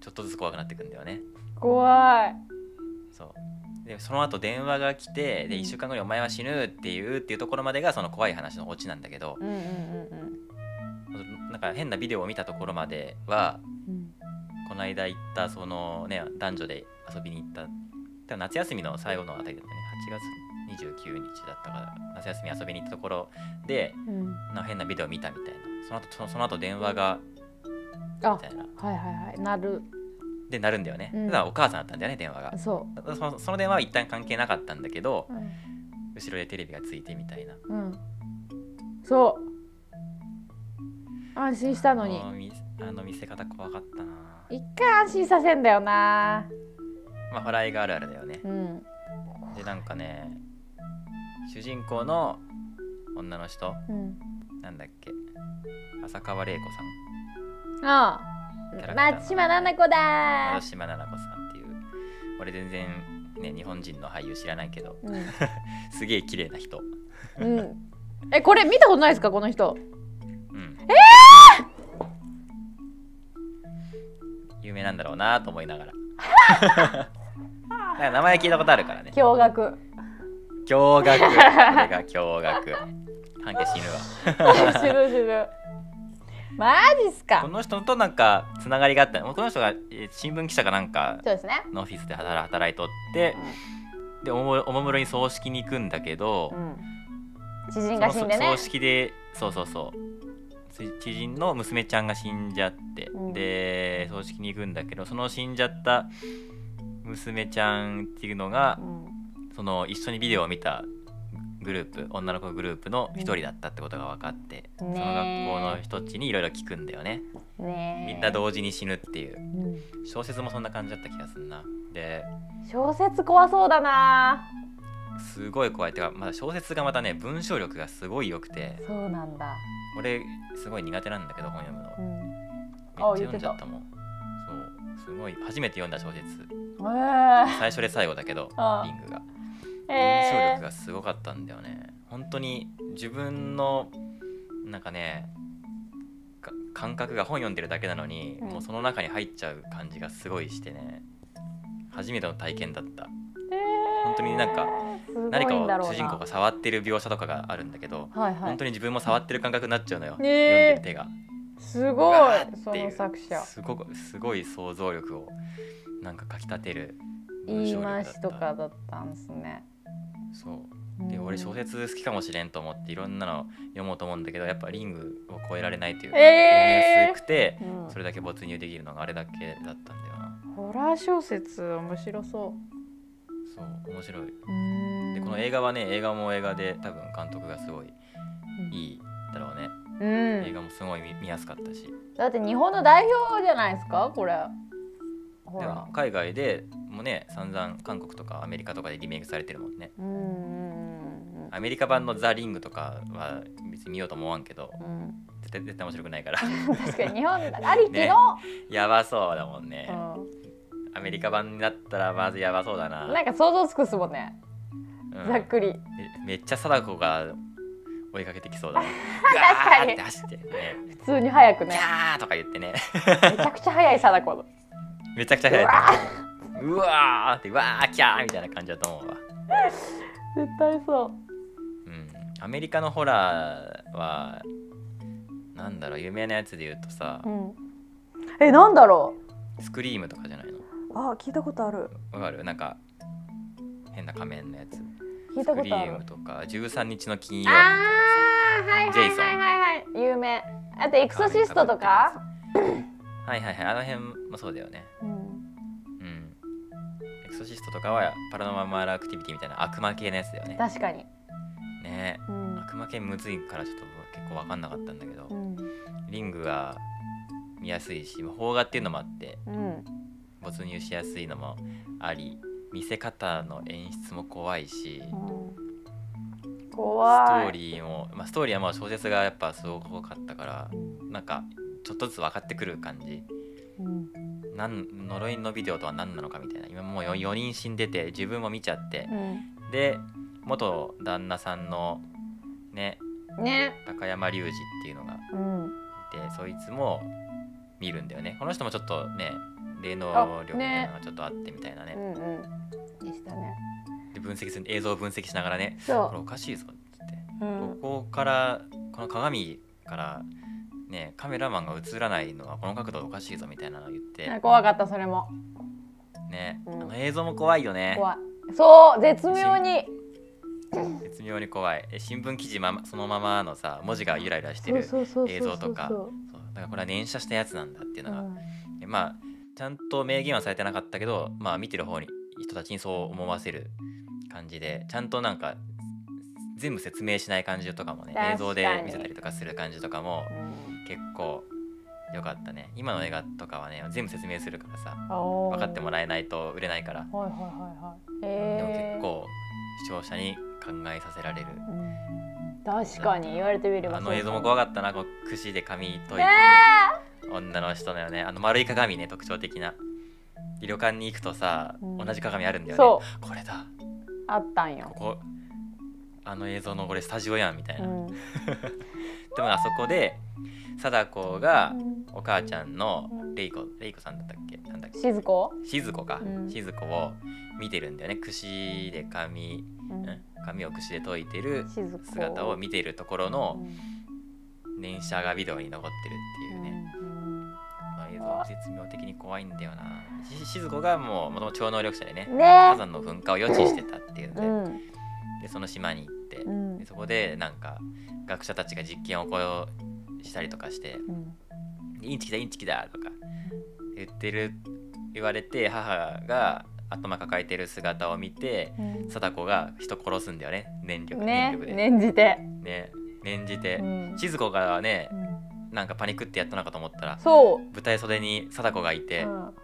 [SPEAKER 2] ちょっとずつ怖くなってくんだよね
[SPEAKER 1] 怖い
[SPEAKER 2] そうでその後電話が来
[SPEAKER 1] う
[SPEAKER 2] てで
[SPEAKER 1] ん
[SPEAKER 2] 1週間後に「お前は死ぬ」っていうっていうところまでがその怖い話のオチなんだけど
[SPEAKER 1] うんうんうん
[SPEAKER 2] なんか変なビデオを見たところまでは
[SPEAKER 1] うん
[SPEAKER 2] この間行ったそのね男女で遊びに行った多分夏休みの最後のあたりだったね8月29日だったから夏休み遊びに行ったところで
[SPEAKER 1] うんうん
[SPEAKER 2] なんか変なビデオ見たみたいなその後そのその後電話が
[SPEAKER 1] あ
[SPEAKER 2] みたいな
[SPEAKER 1] はいはいはいなる
[SPEAKER 2] でなるんだよね、
[SPEAKER 1] うん
[SPEAKER 2] ただお母さんだったんだよね電話が
[SPEAKER 1] そ
[SPEAKER 2] そのその電話は一旦関係なかったんだけど
[SPEAKER 1] ううん
[SPEAKER 2] 後ろでテレビがついてみたいな
[SPEAKER 1] うんそう安心したのに
[SPEAKER 2] あの見あの見せ方怖かったな
[SPEAKER 1] 一回安心させんだよな
[SPEAKER 2] まあホラー映画あるあるだよね
[SPEAKER 1] うん
[SPEAKER 2] でなんかね主人公の女の人
[SPEAKER 1] うん
[SPEAKER 2] なんだっけ浅川玲子さん
[SPEAKER 1] あ
[SPEAKER 2] キャラクター
[SPEAKER 1] あ
[SPEAKER 2] の
[SPEAKER 1] 松島菜々子だ
[SPEAKER 2] 窓島奈々子さんっていう俺全然ね日本人の俳優知らないけど
[SPEAKER 1] ー
[SPEAKER 2] すげえ綺麗な人
[SPEAKER 1] うん、うん、えこれ見たことないですかこの人
[SPEAKER 2] うんええ有名なんだろうなと思いながらなんか名前聞いたことあるからね
[SPEAKER 1] 驚愕
[SPEAKER 2] 驚愕これが驚愕半径死ぬわ
[SPEAKER 1] 死ぬ死ぬマジっす
[SPEAKER 2] こ
[SPEAKER 1] か
[SPEAKER 2] の人となんかつながりがあったもうこの人がえー新聞記者かなんか
[SPEAKER 1] そうですね
[SPEAKER 2] のオフィスで働働いとってでおもおもむろに葬式に行くんだけど
[SPEAKER 1] う、ん知人
[SPEAKER 2] そ
[SPEAKER 1] が
[SPEAKER 2] の
[SPEAKER 1] 死んでね
[SPEAKER 2] 葬式でそうそうそうつ知人の娘ちゃんが死んじゃって、
[SPEAKER 1] うん
[SPEAKER 2] で葬式に行くんだけどその死んじゃった娘ちゃんっていうのが
[SPEAKER 1] うん
[SPEAKER 2] その一緒にビデオを見たグループ女の子グループの一人だったってことが分かって、
[SPEAKER 1] うん
[SPEAKER 2] その学校の人たちにいろいろ聞くんだよね
[SPEAKER 1] ねえ
[SPEAKER 2] みんな同時に死ぬっていう。
[SPEAKER 1] うん
[SPEAKER 2] 小説もそんな感じだった気がするなで
[SPEAKER 1] 小説怖そうだな
[SPEAKER 2] すごい怖いてかまだ小説がまたね文章力がすごい良くて
[SPEAKER 1] そうなんだ、
[SPEAKER 2] 俺すごい苦手なんだけど本読むの
[SPEAKER 1] う
[SPEAKER 2] めっ
[SPEAKER 1] ん、
[SPEAKER 2] ちゃ読んじゃったもんそうすごい初めて読んだ小説
[SPEAKER 1] え
[SPEAKER 2] 最初で最後だけど
[SPEAKER 1] ああ
[SPEAKER 2] リングが
[SPEAKER 1] え
[SPEAKER 2] 文
[SPEAKER 1] え
[SPEAKER 2] 章力がすごかったんだよね本当に自分のなんかねか感覚が本読んでるだけなのに、
[SPEAKER 1] うん
[SPEAKER 2] もうその中に入っちゃう感じがすごいしてね初めての体験だった
[SPEAKER 1] え
[SPEAKER 2] 本当になんか
[SPEAKER 1] すごいんだ
[SPEAKER 2] 何
[SPEAKER 1] ろうな
[SPEAKER 2] かを主人公が触ってる描写とかがあるんだけど、
[SPEAKER 1] はいは
[SPEAKER 2] 本
[SPEAKER 1] い
[SPEAKER 2] 当に自分も触ってる感覚になっちゃうのよ、
[SPEAKER 1] ねえ
[SPEAKER 2] 読んでる手が
[SPEAKER 1] すごい
[SPEAKER 2] わーって
[SPEAKER 1] そ
[SPEAKER 2] い
[SPEAKER 1] の
[SPEAKER 2] う
[SPEAKER 1] 作者
[SPEAKER 2] すごくすごい想像力をなんかかきたてる文
[SPEAKER 1] 言い
[SPEAKER 2] 章力だ
[SPEAKER 1] 回
[SPEAKER 2] った
[SPEAKER 1] しとかだったんですね
[SPEAKER 2] そうで俺小
[SPEAKER 1] 説
[SPEAKER 2] 説好きかもしれんと思っていろんなの読もうと思うんだけどやっぱリングを超えられないというか、
[SPEAKER 1] えー
[SPEAKER 2] 読みやすくて
[SPEAKER 1] うん
[SPEAKER 2] それだけ没入できるのがあれだけだったんだよな
[SPEAKER 1] ホラー小説面白そ
[SPEAKER 2] そう面白いう
[SPEAKER 1] うん
[SPEAKER 2] でこの映画はね映画も映画で多分監督がすごいいいだろうね
[SPEAKER 1] うん
[SPEAKER 2] 映画もすごい見見やすかったし
[SPEAKER 1] だって日本の代表じゃないですかこれほ
[SPEAKER 2] で
[SPEAKER 1] ら
[SPEAKER 2] も海外でもね散々韓国とかアメリカとかでリメイクされてるもんね
[SPEAKER 1] うんうんうんうん
[SPEAKER 2] アメリカ版の「ザ・リング」とかは別に見ようと思わんけど
[SPEAKER 1] うん、
[SPEAKER 2] 絶対絶対面白くないから
[SPEAKER 1] 確かに日本ありき
[SPEAKER 2] ね
[SPEAKER 1] の、
[SPEAKER 2] やばそうだもんね、
[SPEAKER 1] う
[SPEAKER 2] アメリカ版になったらまずやばそうだな、
[SPEAKER 1] ん、なんか想像つくっすもんね、
[SPEAKER 2] うん
[SPEAKER 1] ざっくり
[SPEAKER 2] めめっちゃ貞子が追いかけてきそうだ ね
[SPEAKER 1] 確かに
[SPEAKER 2] ガーって走って、ね、
[SPEAKER 1] 普通に早く
[SPEAKER 2] キ
[SPEAKER 1] ね
[SPEAKER 2] ャーとか言ってね
[SPEAKER 1] めちゃくちゃ早い貞子の
[SPEAKER 2] めちゃくちゃ
[SPEAKER 1] う
[SPEAKER 2] 速い
[SPEAKER 1] わ
[SPEAKER 2] うわーってうわーキャーみたいな感じだと思うわ、
[SPEAKER 1] 絶対そう
[SPEAKER 2] うん、アメリカのホラーはなんだろう有名なやつで言うとさ
[SPEAKER 1] うん、えなんだろ
[SPEAKER 2] スクリームとかじゃないの
[SPEAKER 1] うあ聞いたことある
[SPEAKER 2] わかるなんか変な仮面のやつ
[SPEAKER 1] 聞い
[SPEAKER 2] ス
[SPEAKER 1] た
[SPEAKER 2] ク
[SPEAKER 1] こ
[SPEAKER 2] リ
[SPEAKER 1] とあ
[SPEAKER 2] ー
[SPEAKER 1] る
[SPEAKER 2] ムとか13日の金曜
[SPEAKER 1] あ
[SPEAKER 2] 日と
[SPEAKER 1] ー
[SPEAKER 2] か
[SPEAKER 1] はいはいはいはいはい有名あとエクソシストとか、
[SPEAKER 2] はいはいはいあの辺もそうだよね
[SPEAKER 1] うん、
[SPEAKER 2] うんエクソシストとかはパラノマールアクティビティみたいな悪魔系のやつだよね
[SPEAKER 1] 確かに、
[SPEAKER 2] ね
[SPEAKER 1] うん
[SPEAKER 2] 悪魔系むずいからちょっと結構わかんなかったんだけど
[SPEAKER 1] うん
[SPEAKER 2] リングが見やすいし邦画っていうのもあって
[SPEAKER 1] うん、
[SPEAKER 2] 没入しやすいのもあり見せ方の演出も怖いしスト
[SPEAKER 1] 怖い
[SPEAKER 2] ーリーも、まあ、ストーリーはまあ小説がやっぱすごく多かったからなんかちょっとずつ分かってくる感じ
[SPEAKER 1] うん
[SPEAKER 2] なん呪いのビデオとは何なのかみたいな今もう 4, 人死んでて自分も見ちゃって
[SPEAKER 1] う
[SPEAKER 2] で元旦那さんのね
[SPEAKER 1] ん、ね、
[SPEAKER 2] 高山隆二っていうのがい
[SPEAKER 1] うん、
[SPEAKER 2] てそいつも見るんだよねこの人もちょっとね霊能力みたいなのがちょっとあってみたいなね
[SPEAKER 1] うんうんでしたね
[SPEAKER 2] で分析する映像を分析しながらねこれ
[SPEAKER 1] そ
[SPEAKER 2] おかしいぞっつって
[SPEAKER 1] う、う
[SPEAKER 2] こ
[SPEAKER 1] ん、
[SPEAKER 2] こからこの鏡からねカメラマンが映らないのはこの角度おかしいぞみたいなのを言って
[SPEAKER 1] あ怖かったそれも
[SPEAKER 2] ねあ
[SPEAKER 1] うん
[SPEAKER 2] の映像も怖いよね
[SPEAKER 1] 怖いそう絶妙に
[SPEAKER 2] 絶妙に怖いえ新聞記事ままそのままのさ文字がゆらゆらして
[SPEAKER 1] そう
[SPEAKER 2] る
[SPEAKER 1] そうそうそうそう
[SPEAKER 2] 映像とかそうだからこれは念写したやつなんだっていう
[SPEAKER 1] う
[SPEAKER 2] のが、
[SPEAKER 1] ん
[SPEAKER 2] でまあちゃんと明言はされてなかったけどまあ見てる方に人たちにそう思わせる感じでちゃんとなんか全部説明しない感じとかもね
[SPEAKER 1] 確かに
[SPEAKER 2] 映像で見せたりとかする感じとかも結構良かったね今の映画とかはね全部説明するからさ分
[SPEAKER 1] 分
[SPEAKER 2] かっても
[SPEAKER 1] ら
[SPEAKER 2] らえないと売れないから
[SPEAKER 1] はいはいはいはい
[SPEAKER 2] でも
[SPEAKER 1] え
[SPEAKER 2] 結
[SPEAKER 1] ー
[SPEAKER 2] 構視聴者に考えさせられる
[SPEAKER 1] うん確かに言われてみれば
[SPEAKER 2] あの映像も
[SPEAKER 1] か
[SPEAKER 2] 怖かったなこうくしで髪解いて
[SPEAKER 1] っ
[SPEAKER 2] る
[SPEAKER 1] ね
[SPEAKER 2] 女の人だよねあの丸い鏡ね特徴的なで旅館に行くとさ、
[SPEAKER 1] うん
[SPEAKER 2] 同じ鏡あるんだ
[SPEAKER 1] え
[SPEAKER 2] よね
[SPEAKER 1] そ
[SPEAKER 2] これだ
[SPEAKER 1] うあったんよ
[SPEAKER 2] こ、こあの映像のこれスタジオやんみたいうな、
[SPEAKER 1] ん
[SPEAKER 2] でもあそこで貞子が
[SPEAKER 1] うん
[SPEAKER 2] お母ちゃんのレイコレイコさんだったっけなんだっけ
[SPEAKER 1] 静子
[SPEAKER 2] 静子か、
[SPEAKER 1] うん
[SPEAKER 2] 静子を見てるんだよね櫛で髪、うん、髪を櫛で解いてる
[SPEAKER 1] 静子
[SPEAKER 2] 姿を見てるところの
[SPEAKER 1] うん
[SPEAKER 2] 連写がビデオに残ってるっていうね、
[SPEAKER 1] うん
[SPEAKER 2] この映像も絶妙的に怖いんだよなし静子がもうもともと超能力者でね火
[SPEAKER 1] ね
[SPEAKER 2] 山の噴火を予知してたっていうの
[SPEAKER 1] う
[SPEAKER 2] で,、
[SPEAKER 1] ん
[SPEAKER 2] でその島に行って、
[SPEAKER 1] うん
[SPEAKER 2] でそこでなんか学者たちが実験をこうしたりとかして
[SPEAKER 1] うん
[SPEAKER 2] 「インチキだインチキだ」とか言ってる言われて母が頭抱えてる姿を見て
[SPEAKER 1] うん
[SPEAKER 2] 貞子が人殺すんだよね念力
[SPEAKER 1] ね
[SPEAKER 2] 念力で
[SPEAKER 1] 念じて、
[SPEAKER 2] ね念じて、
[SPEAKER 1] うん
[SPEAKER 2] 静子がね
[SPEAKER 1] うん
[SPEAKER 2] なんかパニックってやったのかと思ったら
[SPEAKER 1] そう
[SPEAKER 2] 舞台袖に貞子がいて「
[SPEAKER 1] うん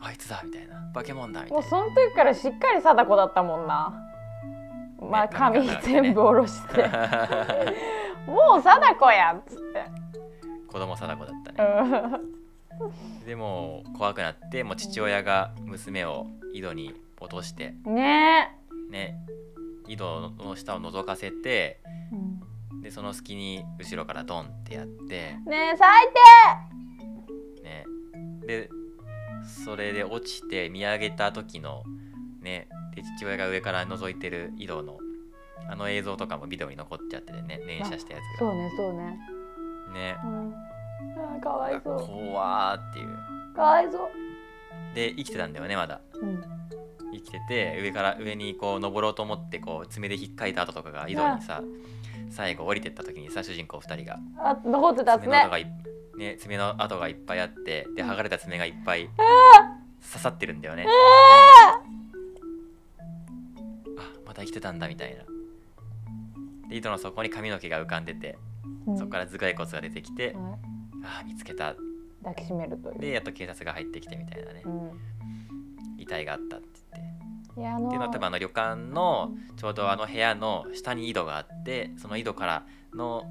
[SPEAKER 2] あいつだ」みたいな「化け物だ」みた
[SPEAKER 1] も
[SPEAKER 2] いうな。
[SPEAKER 1] その時からしっかり貞子だったもんな。まあ
[SPEAKER 2] ね
[SPEAKER 1] 髪
[SPEAKER 2] なんかね
[SPEAKER 1] 全部下ろして、 もう貞子やんっつって。
[SPEAKER 2] 子供貞子だったね
[SPEAKER 1] う、ん
[SPEAKER 2] でもう怖くなってもう父親が娘を井戸に落として
[SPEAKER 1] ね
[SPEAKER 2] ね井戸の下を覗かせて
[SPEAKER 1] え。
[SPEAKER 2] でその隙に後ろからドンってやって
[SPEAKER 1] ねえ最
[SPEAKER 2] ねでそれで落ちて見上げた時のねで父親が上から覗いてる井戸のあの映像とかもビデオに残っちゃっててね連写したや
[SPEAKER 1] 低。
[SPEAKER 2] つが
[SPEAKER 1] そうねそうね。
[SPEAKER 2] ね
[SPEAKER 1] うん。あーかわいそう。
[SPEAKER 2] 怖ーっていう
[SPEAKER 1] かわいそう。
[SPEAKER 2] で生きてたんだよねまだ
[SPEAKER 1] うん。
[SPEAKER 2] 生きてて上から上にこう登ろうと思ってこう爪で引っかいた跡とかが井戸にさ最後降りてった時にさ主人公2人が
[SPEAKER 1] あ残ってたっす
[SPEAKER 2] 爪の
[SPEAKER 1] ね。
[SPEAKER 2] 跡がい,、ね、爪の跡がいっぱいあってで剥がれた爪がいっぱい刺さってるんだよね。あまた生きてたんだみたいな。で井戸の底に髪の毛が浮かんでて
[SPEAKER 1] うん
[SPEAKER 2] そこから頭蓋骨が出てき
[SPEAKER 1] は
[SPEAKER 2] て
[SPEAKER 1] い
[SPEAKER 2] あー見つけた
[SPEAKER 1] 抱きしめるという。
[SPEAKER 2] でやっと警察が入ってきてみたいなね
[SPEAKER 1] うん。
[SPEAKER 2] 遺体があったって言って
[SPEAKER 1] いやあの
[SPEAKER 2] っていうのは多分あの旅館のちょうどあの部屋の下に井戸があってその井戸からの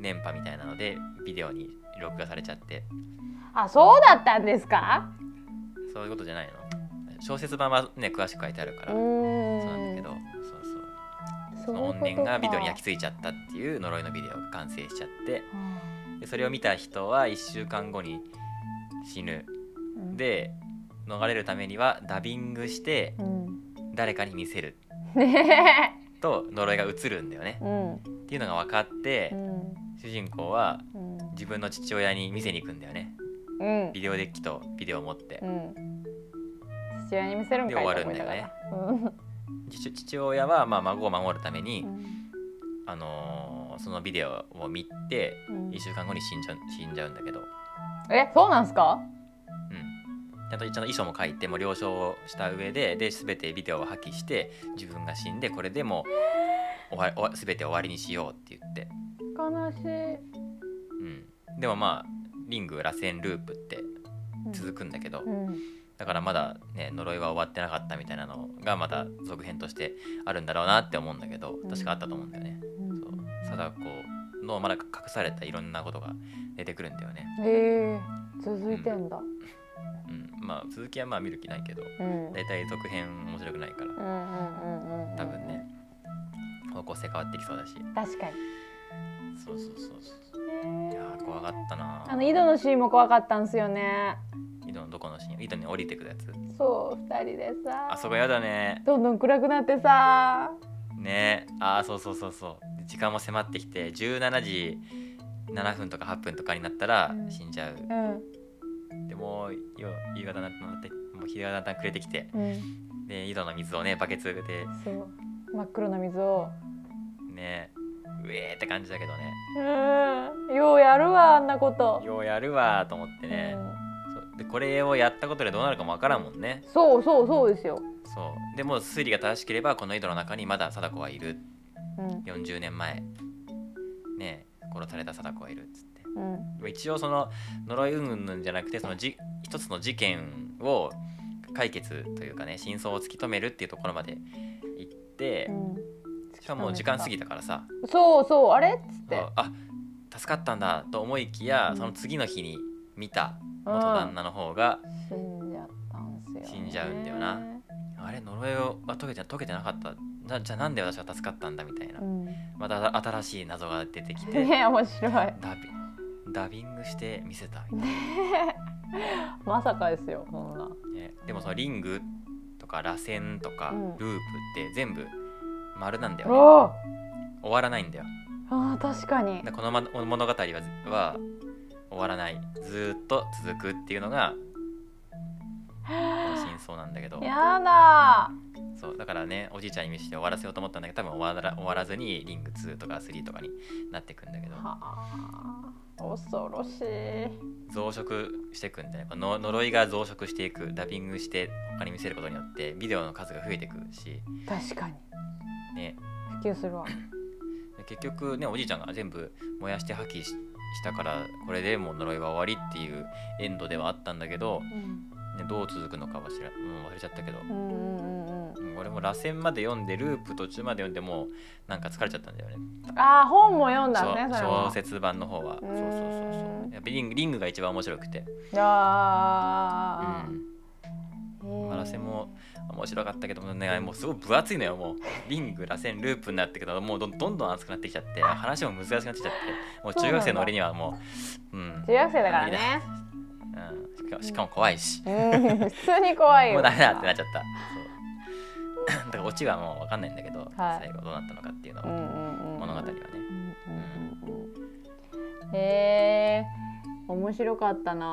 [SPEAKER 2] 電波みたいなのでビデオに録画されちゃって
[SPEAKER 1] あそうだったんですか
[SPEAKER 2] そういうことじゃないの小説版はね詳しく書いてあるか
[SPEAKER 1] う
[SPEAKER 2] らそう
[SPEAKER 1] ーん
[SPEAKER 2] なんだけどそうそうそ
[SPEAKER 1] そういう
[SPEAKER 2] の
[SPEAKER 1] こと
[SPEAKER 2] 怨
[SPEAKER 1] か
[SPEAKER 2] 念がビデオに焼き付いちゃったっていう呪いのビデオが完成しちゃってでそれを見た人は1週間後に死ぬ
[SPEAKER 1] うん、
[SPEAKER 2] で逃れるためにはダビングして
[SPEAKER 1] うん、
[SPEAKER 2] 誰かに見せる
[SPEAKER 1] ね
[SPEAKER 2] と呪いが映るんだよね
[SPEAKER 1] えうん
[SPEAKER 2] っていうのが分かって
[SPEAKER 1] うん
[SPEAKER 2] 主人公は
[SPEAKER 1] うん
[SPEAKER 2] 自分の父親に見せに行くんだよね
[SPEAKER 1] うん
[SPEAKER 2] ビデオデッキとビデオを持って
[SPEAKER 1] うん父親に見せるんかいと思いながら
[SPEAKER 2] で父父親はまあ孫を守るために
[SPEAKER 1] う、ん
[SPEAKER 2] あのーそのビデオを見て
[SPEAKER 1] うん
[SPEAKER 2] 1週間後に死んじゃう死んじゃうんだけど、うん、
[SPEAKER 1] えそうなんすか
[SPEAKER 2] ちゃんとちゃんと遺書も書いてもう了承をした上でで全てビデオを破棄して自分が死んでこれでもう終わ終わ全て終わりにしようって言って、
[SPEAKER 1] 悲しい
[SPEAKER 2] うん、でもまあリング螺旋ループって続くんだけど、
[SPEAKER 1] うん
[SPEAKER 2] だからまだね呪いは終わってなかったみたいなのがまた続編としてあるんだろうなって思うんだけど
[SPEAKER 1] うん
[SPEAKER 2] 確かあったと思うんだよね。
[SPEAKER 1] うん
[SPEAKER 2] そう貞子のまだ隠されたいろんなことが出てくるんだよね。
[SPEAKER 1] ええ続いてんだ
[SPEAKER 2] うん、まあ続きはまあ見る気ないけど
[SPEAKER 1] うんうん
[SPEAKER 2] 大体続編面白くないから
[SPEAKER 1] うんうんうん
[SPEAKER 2] 多分ね方向性変わってきそうだし
[SPEAKER 1] 確かに
[SPEAKER 2] そうそうそうそういやー怖かったなー
[SPEAKER 1] あの井戸のシーンも怖かったんすよね
[SPEAKER 2] 井戸のどこのシーン井戸に降りてくるやつ
[SPEAKER 1] そう二人でさ
[SPEAKER 2] あそこやだね
[SPEAKER 1] どんどん暗くなってさ
[SPEAKER 2] ねあーそうそうそうそうで時間も迫ってきて17時7分とか8分とかになったら
[SPEAKER 1] うん
[SPEAKER 2] 死んじゃう、
[SPEAKER 1] うん
[SPEAKER 2] でもうよ夕方になってもらってもう日がだんだん暮れてきて
[SPEAKER 1] うん
[SPEAKER 2] で井戸の水をねバケツで
[SPEAKER 1] そう真っ黒な水を
[SPEAKER 2] ねうえーって感じだけどね
[SPEAKER 1] うんようやるわあんなこと
[SPEAKER 2] ようやるわーと思ってね、そうでこれをやったことでどうなるかもわからんもんね
[SPEAKER 1] うんそうそうそうですよ
[SPEAKER 2] そうでも推理が正しければこの井戸の中にまだ貞子はいる
[SPEAKER 1] うん
[SPEAKER 2] 40年前ねえ殺された貞子はいるっつって
[SPEAKER 1] うん
[SPEAKER 2] まあ一応その呪い云々じゃなくてそのじ一つの事件を解決というかね真相を突き止めるっていうところまで行って
[SPEAKER 1] うん
[SPEAKER 2] しかも時間過ぎたからさ
[SPEAKER 1] そうそうあれっつって
[SPEAKER 2] ああ助かったんだと思いきや
[SPEAKER 1] うん
[SPEAKER 2] その次の日に見た元旦那の方が
[SPEAKER 1] 死んじゃったんすよね
[SPEAKER 2] 死んじゃうんだよなあれ呪いをあ解けて解けてなかったなじゃあなんで私は助かったんだみたいな
[SPEAKER 1] うん
[SPEAKER 2] また新しい謎が出てきて
[SPEAKER 1] ね面白い
[SPEAKER 2] ダビダビングして見せたみたい
[SPEAKER 1] まさかですよそんな
[SPEAKER 2] な、ね、でもそのリングとか螺旋とか
[SPEAKER 1] うん
[SPEAKER 2] ループって全部丸なんだよね
[SPEAKER 1] お
[SPEAKER 2] 終わらないんだよ
[SPEAKER 1] あー確かに
[SPEAKER 2] でこの、ま、物語はは終わらないずーっと続くっていうのがこの真相なんだけど
[SPEAKER 1] やだ
[SPEAKER 2] そうだからねおじいちゃんに見せて終わらせようと思ったんだけど多分終わら終わらずにリング2とか3とかになってくんだけど
[SPEAKER 1] ーはあ恐ろしい
[SPEAKER 2] 増殖していくんだねこの呪いが増殖していくダビングして他に見せることによってビデオの数が増えていくし、
[SPEAKER 1] 確かに
[SPEAKER 2] ね、
[SPEAKER 1] 普及するわ
[SPEAKER 2] 結局ねおじいちゃんが全部燃やして破棄ししたからこれでもう呪いは終わりっていうエンドではあったんだけど、
[SPEAKER 1] うん
[SPEAKER 2] ね、どう続くのかは知らもう忘れちゃったけど、
[SPEAKER 1] うんうんうんうん
[SPEAKER 2] うん俺も螺旋まで読んでループ途中まで読んでもうなんか疲れちゃったんだよね
[SPEAKER 1] ああ本も読んだ
[SPEAKER 2] そう
[SPEAKER 1] ねそれ
[SPEAKER 2] 小
[SPEAKER 1] も
[SPEAKER 2] 説版の方はそうそうそうそうやっぱリングリングが一番面白くて、う
[SPEAKER 1] あ
[SPEAKER 2] ん、
[SPEAKER 1] ー
[SPEAKER 2] マラセも面白かったけどもねもうすごい分厚いのよもうリング螺旋ループになってけどもうどどんどん熱くなってきちゃって話も難しくなってきちゃってもう中学生の俺にはもううん
[SPEAKER 1] 中学生だからね
[SPEAKER 2] うん、しかしかも怖いし
[SPEAKER 1] うん普通に怖いよ
[SPEAKER 2] もうダメだってなっちゃったそうだからオチはもう分かんないんだけど、
[SPEAKER 1] はい
[SPEAKER 2] 最後どうなったのかっていうの
[SPEAKER 1] うん
[SPEAKER 2] を
[SPEAKER 1] うんうん
[SPEAKER 2] 物語はね
[SPEAKER 1] へえ面白かったな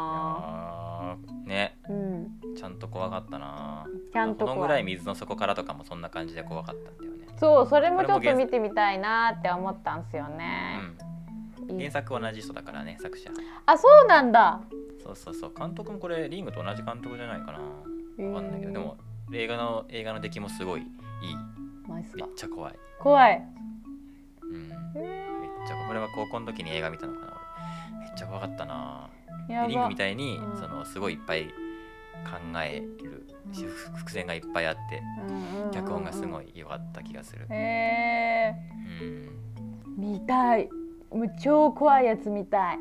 [SPEAKER 2] あーね
[SPEAKER 1] うん
[SPEAKER 2] ちゃんと怖かったな
[SPEAKER 1] ちゃんと怖
[SPEAKER 2] こ
[SPEAKER 1] い
[SPEAKER 2] のぐらい水の底からとかもそんな感じで怖かったんだよね
[SPEAKER 1] そうそれも
[SPEAKER 2] これ
[SPEAKER 1] ち
[SPEAKER 2] も
[SPEAKER 1] ょっと
[SPEAKER 2] 原
[SPEAKER 1] 見てみたいなって思ったんすよね、
[SPEAKER 2] うん
[SPEAKER 1] いい
[SPEAKER 2] 原作同じ人だからね作者
[SPEAKER 1] あそうなんだ
[SPEAKER 2] そうそうそう監督もこれリングと同じ監督じゃないかな分かんないけ
[SPEAKER 1] えー
[SPEAKER 2] どでも映画の映画の出来もすごいいい
[SPEAKER 1] ナイス
[SPEAKER 2] め
[SPEAKER 1] だ
[SPEAKER 2] っちゃ怖い、
[SPEAKER 1] 怖い
[SPEAKER 2] うん、めっ
[SPEAKER 1] えー
[SPEAKER 2] ちゃこれは高校の時に映画見たのかな俺めっちゃ怖かったな
[SPEAKER 1] やば
[SPEAKER 2] リングみたいに
[SPEAKER 1] うん
[SPEAKER 2] そのすごいいっぱい考えるし伏線がいっぱいあって
[SPEAKER 1] うんうん
[SPEAKER 2] 脚本がすご
[SPEAKER 1] い
[SPEAKER 2] い良かった気がする。
[SPEAKER 1] へえ
[SPEAKER 2] うん
[SPEAKER 1] 見たいもう超怖いやつ見たい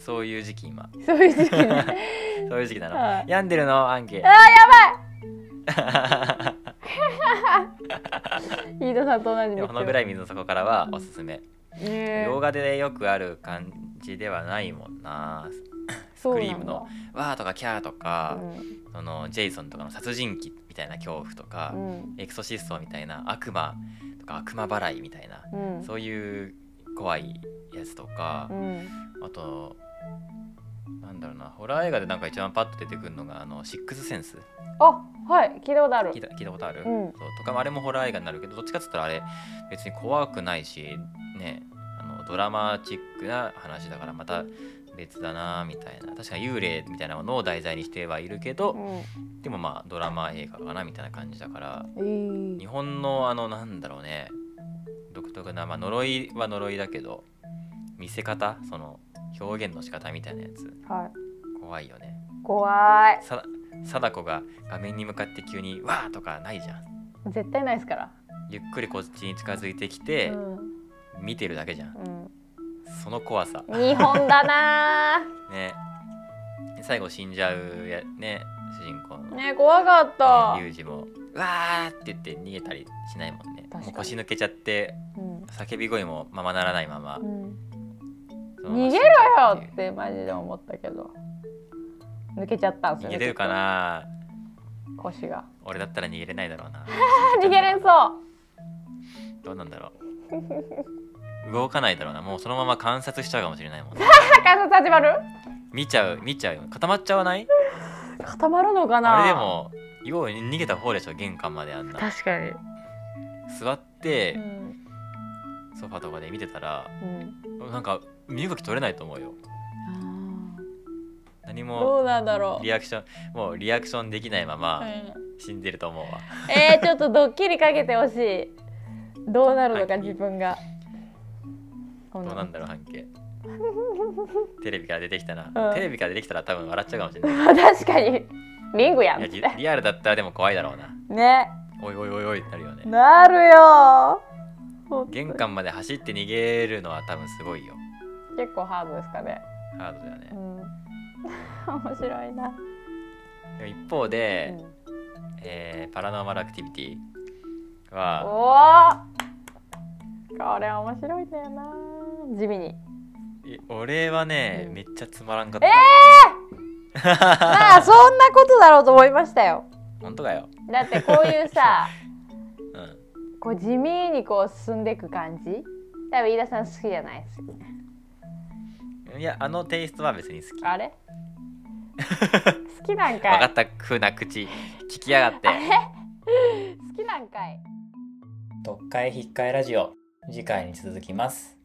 [SPEAKER 2] そういう時期今
[SPEAKER 1] そういう時期ね
[SPEAKER 2] そういう時期な
[SPEAKER 1] は
[SPEAKER 2] の
[SPEAKER 1] い
[SPEAKER 2] 病んでるのアンケ
[SPEAKER 1] あーやばい飯田さんと同じ道を
[SPEAKER 2] このぐらい水の底からはおすすめ
[SPEAKER 1] ねえ
[SPEAKER 2] 洋画でよくある感じではないもんな
[SPEAKER 1] そうなん
[SPEAKER 2] ク
[SPEAKER 1] だ
[SPEAKER 2] リームの「わー」とか「キャー」とか、
[SPEAKER 1] う
[SPEAKER 2] そのジェイソンとかの殺人鬼みたいな恐怖とか、
[SPEAKER 1] ん
[SPEAKER 2] エクソシストみたいな悪魔とか悪魔払いみたいな、
[SPEAKER 1] うんうん
[SPEAKER 2] そういう怖いやつとか
[SPEAKER 1] う、ん
[SPEAKER 2] あとなんだろうなホラー映画でなんか一番パッと出てくるのがあのシックスセンス
[SPEAKER 1] あはい聞いたことある
[SPEAKER 2] 聞いた聞いたことあ
[SPEAKER 1] う
[SPEAKER 2] る、
[SPEAKER 1] ん
[SPEAKER 2] そうとかあれもホラー映画になるけどどっちかっつったらあれ別に怖くないしねあのドラマチックな話だからまた別だなみたいな確かに幽霊みたいなものを題材にしてはいるけどでもまあドラマ映画かなみたいな感じだから
[SPEAKER 1] うんえ
[SPEAKER 2] 日
[SPEAKER 1] ー
[SPEAKER 2] 本のあのなんだろうね独特な、まあ、呪いは呪いだけど見せ方その表現の仕方みたいなやつ
[SPEAKER 1] はい
[SPEAKER 2] 怖いよね
[SPEAKER 1] 怖い
[SPEAKER 2] さ貞子が画面に向かって急に「わー!」とかないじゃん
[SPEAKER 1] 絶対ないですから
[SPEAKER 2] ゆっくりこっちに近づいてき
[SPEAKER 1] う
[SPEAKER 2] て、
[SPEAKER 1] ん
[SPEAKER 2] 見てるだけじゃん
[SPEAKER 1] うん
[SPEAKER 2] その怖さ
[SPEAKER 1] 日本だな
[SPEAKER 2] ね最後死んじゃうやね主人公の、
[SPEAKER 1] ーね怖かった、
[SPEAKER 2] ねリュウジも「わー!」って言って逃げたりしないもんね
[SPEAKER 1] 確かに
[SPEAKER 2] もう腰抜けちゃって
[SPEAKER 1] うん
[SPEAKER 2] 叫び声もままならないまま
[SPEAKER 1] うん、
[SPEAKER 2] そのまま
[SPEAKER 1] 逃げ
[SPEAKER 2] 死んじ
[SPEAKER 1] ろ
[SPEAKER 2] ゃう
[SPEAKER 1] よ
[SPEAKER 2] ていう
[SPEAKER 1] ってマジで思ったけど抜けちゃったんですよ
[SPEAKER 2] 逃
[SPEAKER 1] ね
[SPEAKER 2] げれるかな
[SPEAKER 1] 腰が
[SPEAKER 2] 俺だったら逃げれないだろうな
[SPEAKER 1] 逃げれんそう
[SPEAKER 2] どうなんだろう動かないだろうなもうそのまま観察しちゃうかもしれな いもんね
[SPEAKER 1] 観察始まる
[SPEAKER 2] 見ちゃう見ちゃうよ固まっちゃわない
[SPEAKER 1] 固まるのかな
[SPEAKER 2] あれでもよう逃げた方でしょ玄関まであんな
[SPEAKER 1] 確かに
[SPEAKER 2] 座って
[SPEAKER 1] うん、
[SPEAKER 2] ソファとかで見てたら
[SPEAKER 1] うん、
[SPEAKER 2] なんか身動き取れないと思うよ
[SPEAKER 1] あ
[SPEAKER 2] 何
[SPEAKER 1] ー
[SPEAKER 2] も
[SPEAKER 1] どうなんだろう
[SPEAKER 2] リアクションもうリアクションできないま
[SPEAKER 1] う
[SPEAKER 2] ま
[SPEAKER 1] ん
[SPEAKER 2] 死んでると思うわ
[SPEAKER 1] えー、ちょっとドッキリかけてほしいどうなるのか
[SPEAKER 2] はい
[SPEAKER 1] 自分がど
[SPEAKER 2] どうなんだろう半 径テレビから出てきた
[SPEAKER 1] う
[SPEAKER 2] ら
[SPEAKER 1] ん
[SPEAKER 2] テレビから出てきたら多分笑っちゃうかもしれない
[SPEAKER 1] 確かにリングやん
[SPEAKER 2] いやリリアルだったらでも怖いだろうな
[SPEAKER 1] ね
[SPEAKER 2] おいおいおいおいってなるよね
[SPEAKER 1] なるよ本当に
[SPEAKER 2] 玄関まで走って逃げるのは多分すごいよ
[SPEAKER 1] 結構ハードですかね
[SPEAKER 2] ハードだよ
[SPEAKER 1] う
[SPEAKER 2] ね
[SPEAKER 1] ん面白いな、
[SPEAKER 2] でも一方で、えーパラノーマルアクティビティは
[SPEAKER 1] おおこれ面白いんだよな地味に
[SPEAKER 2] い俺はね、
[SPEAKER 1] うん
[SPEAKER 2] めっちゃつまらんかっ
[SPEAKER 1] え
[SPEAKER 2] た、
[SPEAKER 1] まあそんなことだろうと思いましたよ
[SPEAKER 2] 本当かよ、
[SPEAKER 1] だってこういうさ
[SPEAKER 2] う ん、
[SPEAKER 1] こう地味にこう進んでいく感じ多分飯田さん好きじゃないです
[SPEAKER 2] いやあのテイストは別に好き
[SPEAKER 1] あれ好きなんか
[SPEAKER 2] 分か
[SPEAKER 1] い
[SPEAKER 2] ったふうな口聞きやがって
[SPEAKER 1] 好きなんかい
[SPEAKER 2] 読解引っ換えラジオ次回に続きます